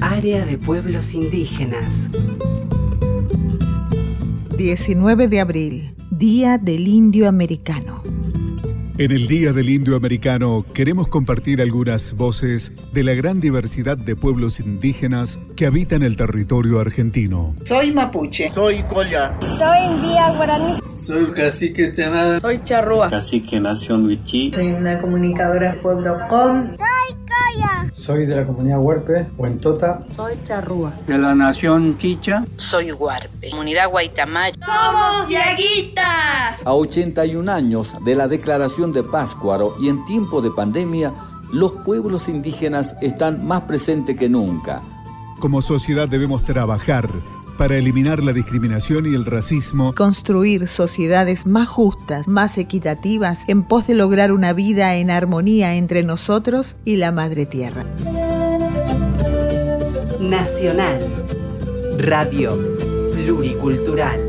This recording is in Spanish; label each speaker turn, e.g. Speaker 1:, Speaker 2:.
Speaker 1: Área de Pueblos Indígenas.
Speaker 2: 19 de abril, Día del Indio Americano.
Speaker 3: En el Día del Indio Americano queremos compartir algunas voces de la gran diversidad de pueblos indígenas que habitan el territorio argentino.
Speaker 4: Soy mapuche.
Speaker 5: Soy colla.
Speaker 6: Soy india guaraní.
Speaker 7: Soy cacique chanada.
Speaker 8: Soy charrúa.
Speaker 9: Cacique nación wichí.
Speaker 10: Soy una comunicadora pueblo con.
Speaker 11: Soy colla.
Speaker 12: Soy de la comunidad huarpe, huentota.
Speaker 13: Soy charrúa.
Speaker 14: De la nación chicha.
Speaker 15: Soy huarpe. Comunidad guaitamaya.
Speaker 16: Somos diaguitas.
Speaker 17: A 81 años de la declaración de Páscuaro y en tiempo de pandemia, los pueblos indígenas están más presentes que nunca.
Speaker 3: Como sociedad debemos trabajar para eliminar la discriminación y el racismo.
Speaker 2: Construir sociedades más justas, más equitativas, en pos de lograr una vida en armonía entre nosotros y la Madre Tierra.
Speaker 1: Nacional. Radio Pluricultural.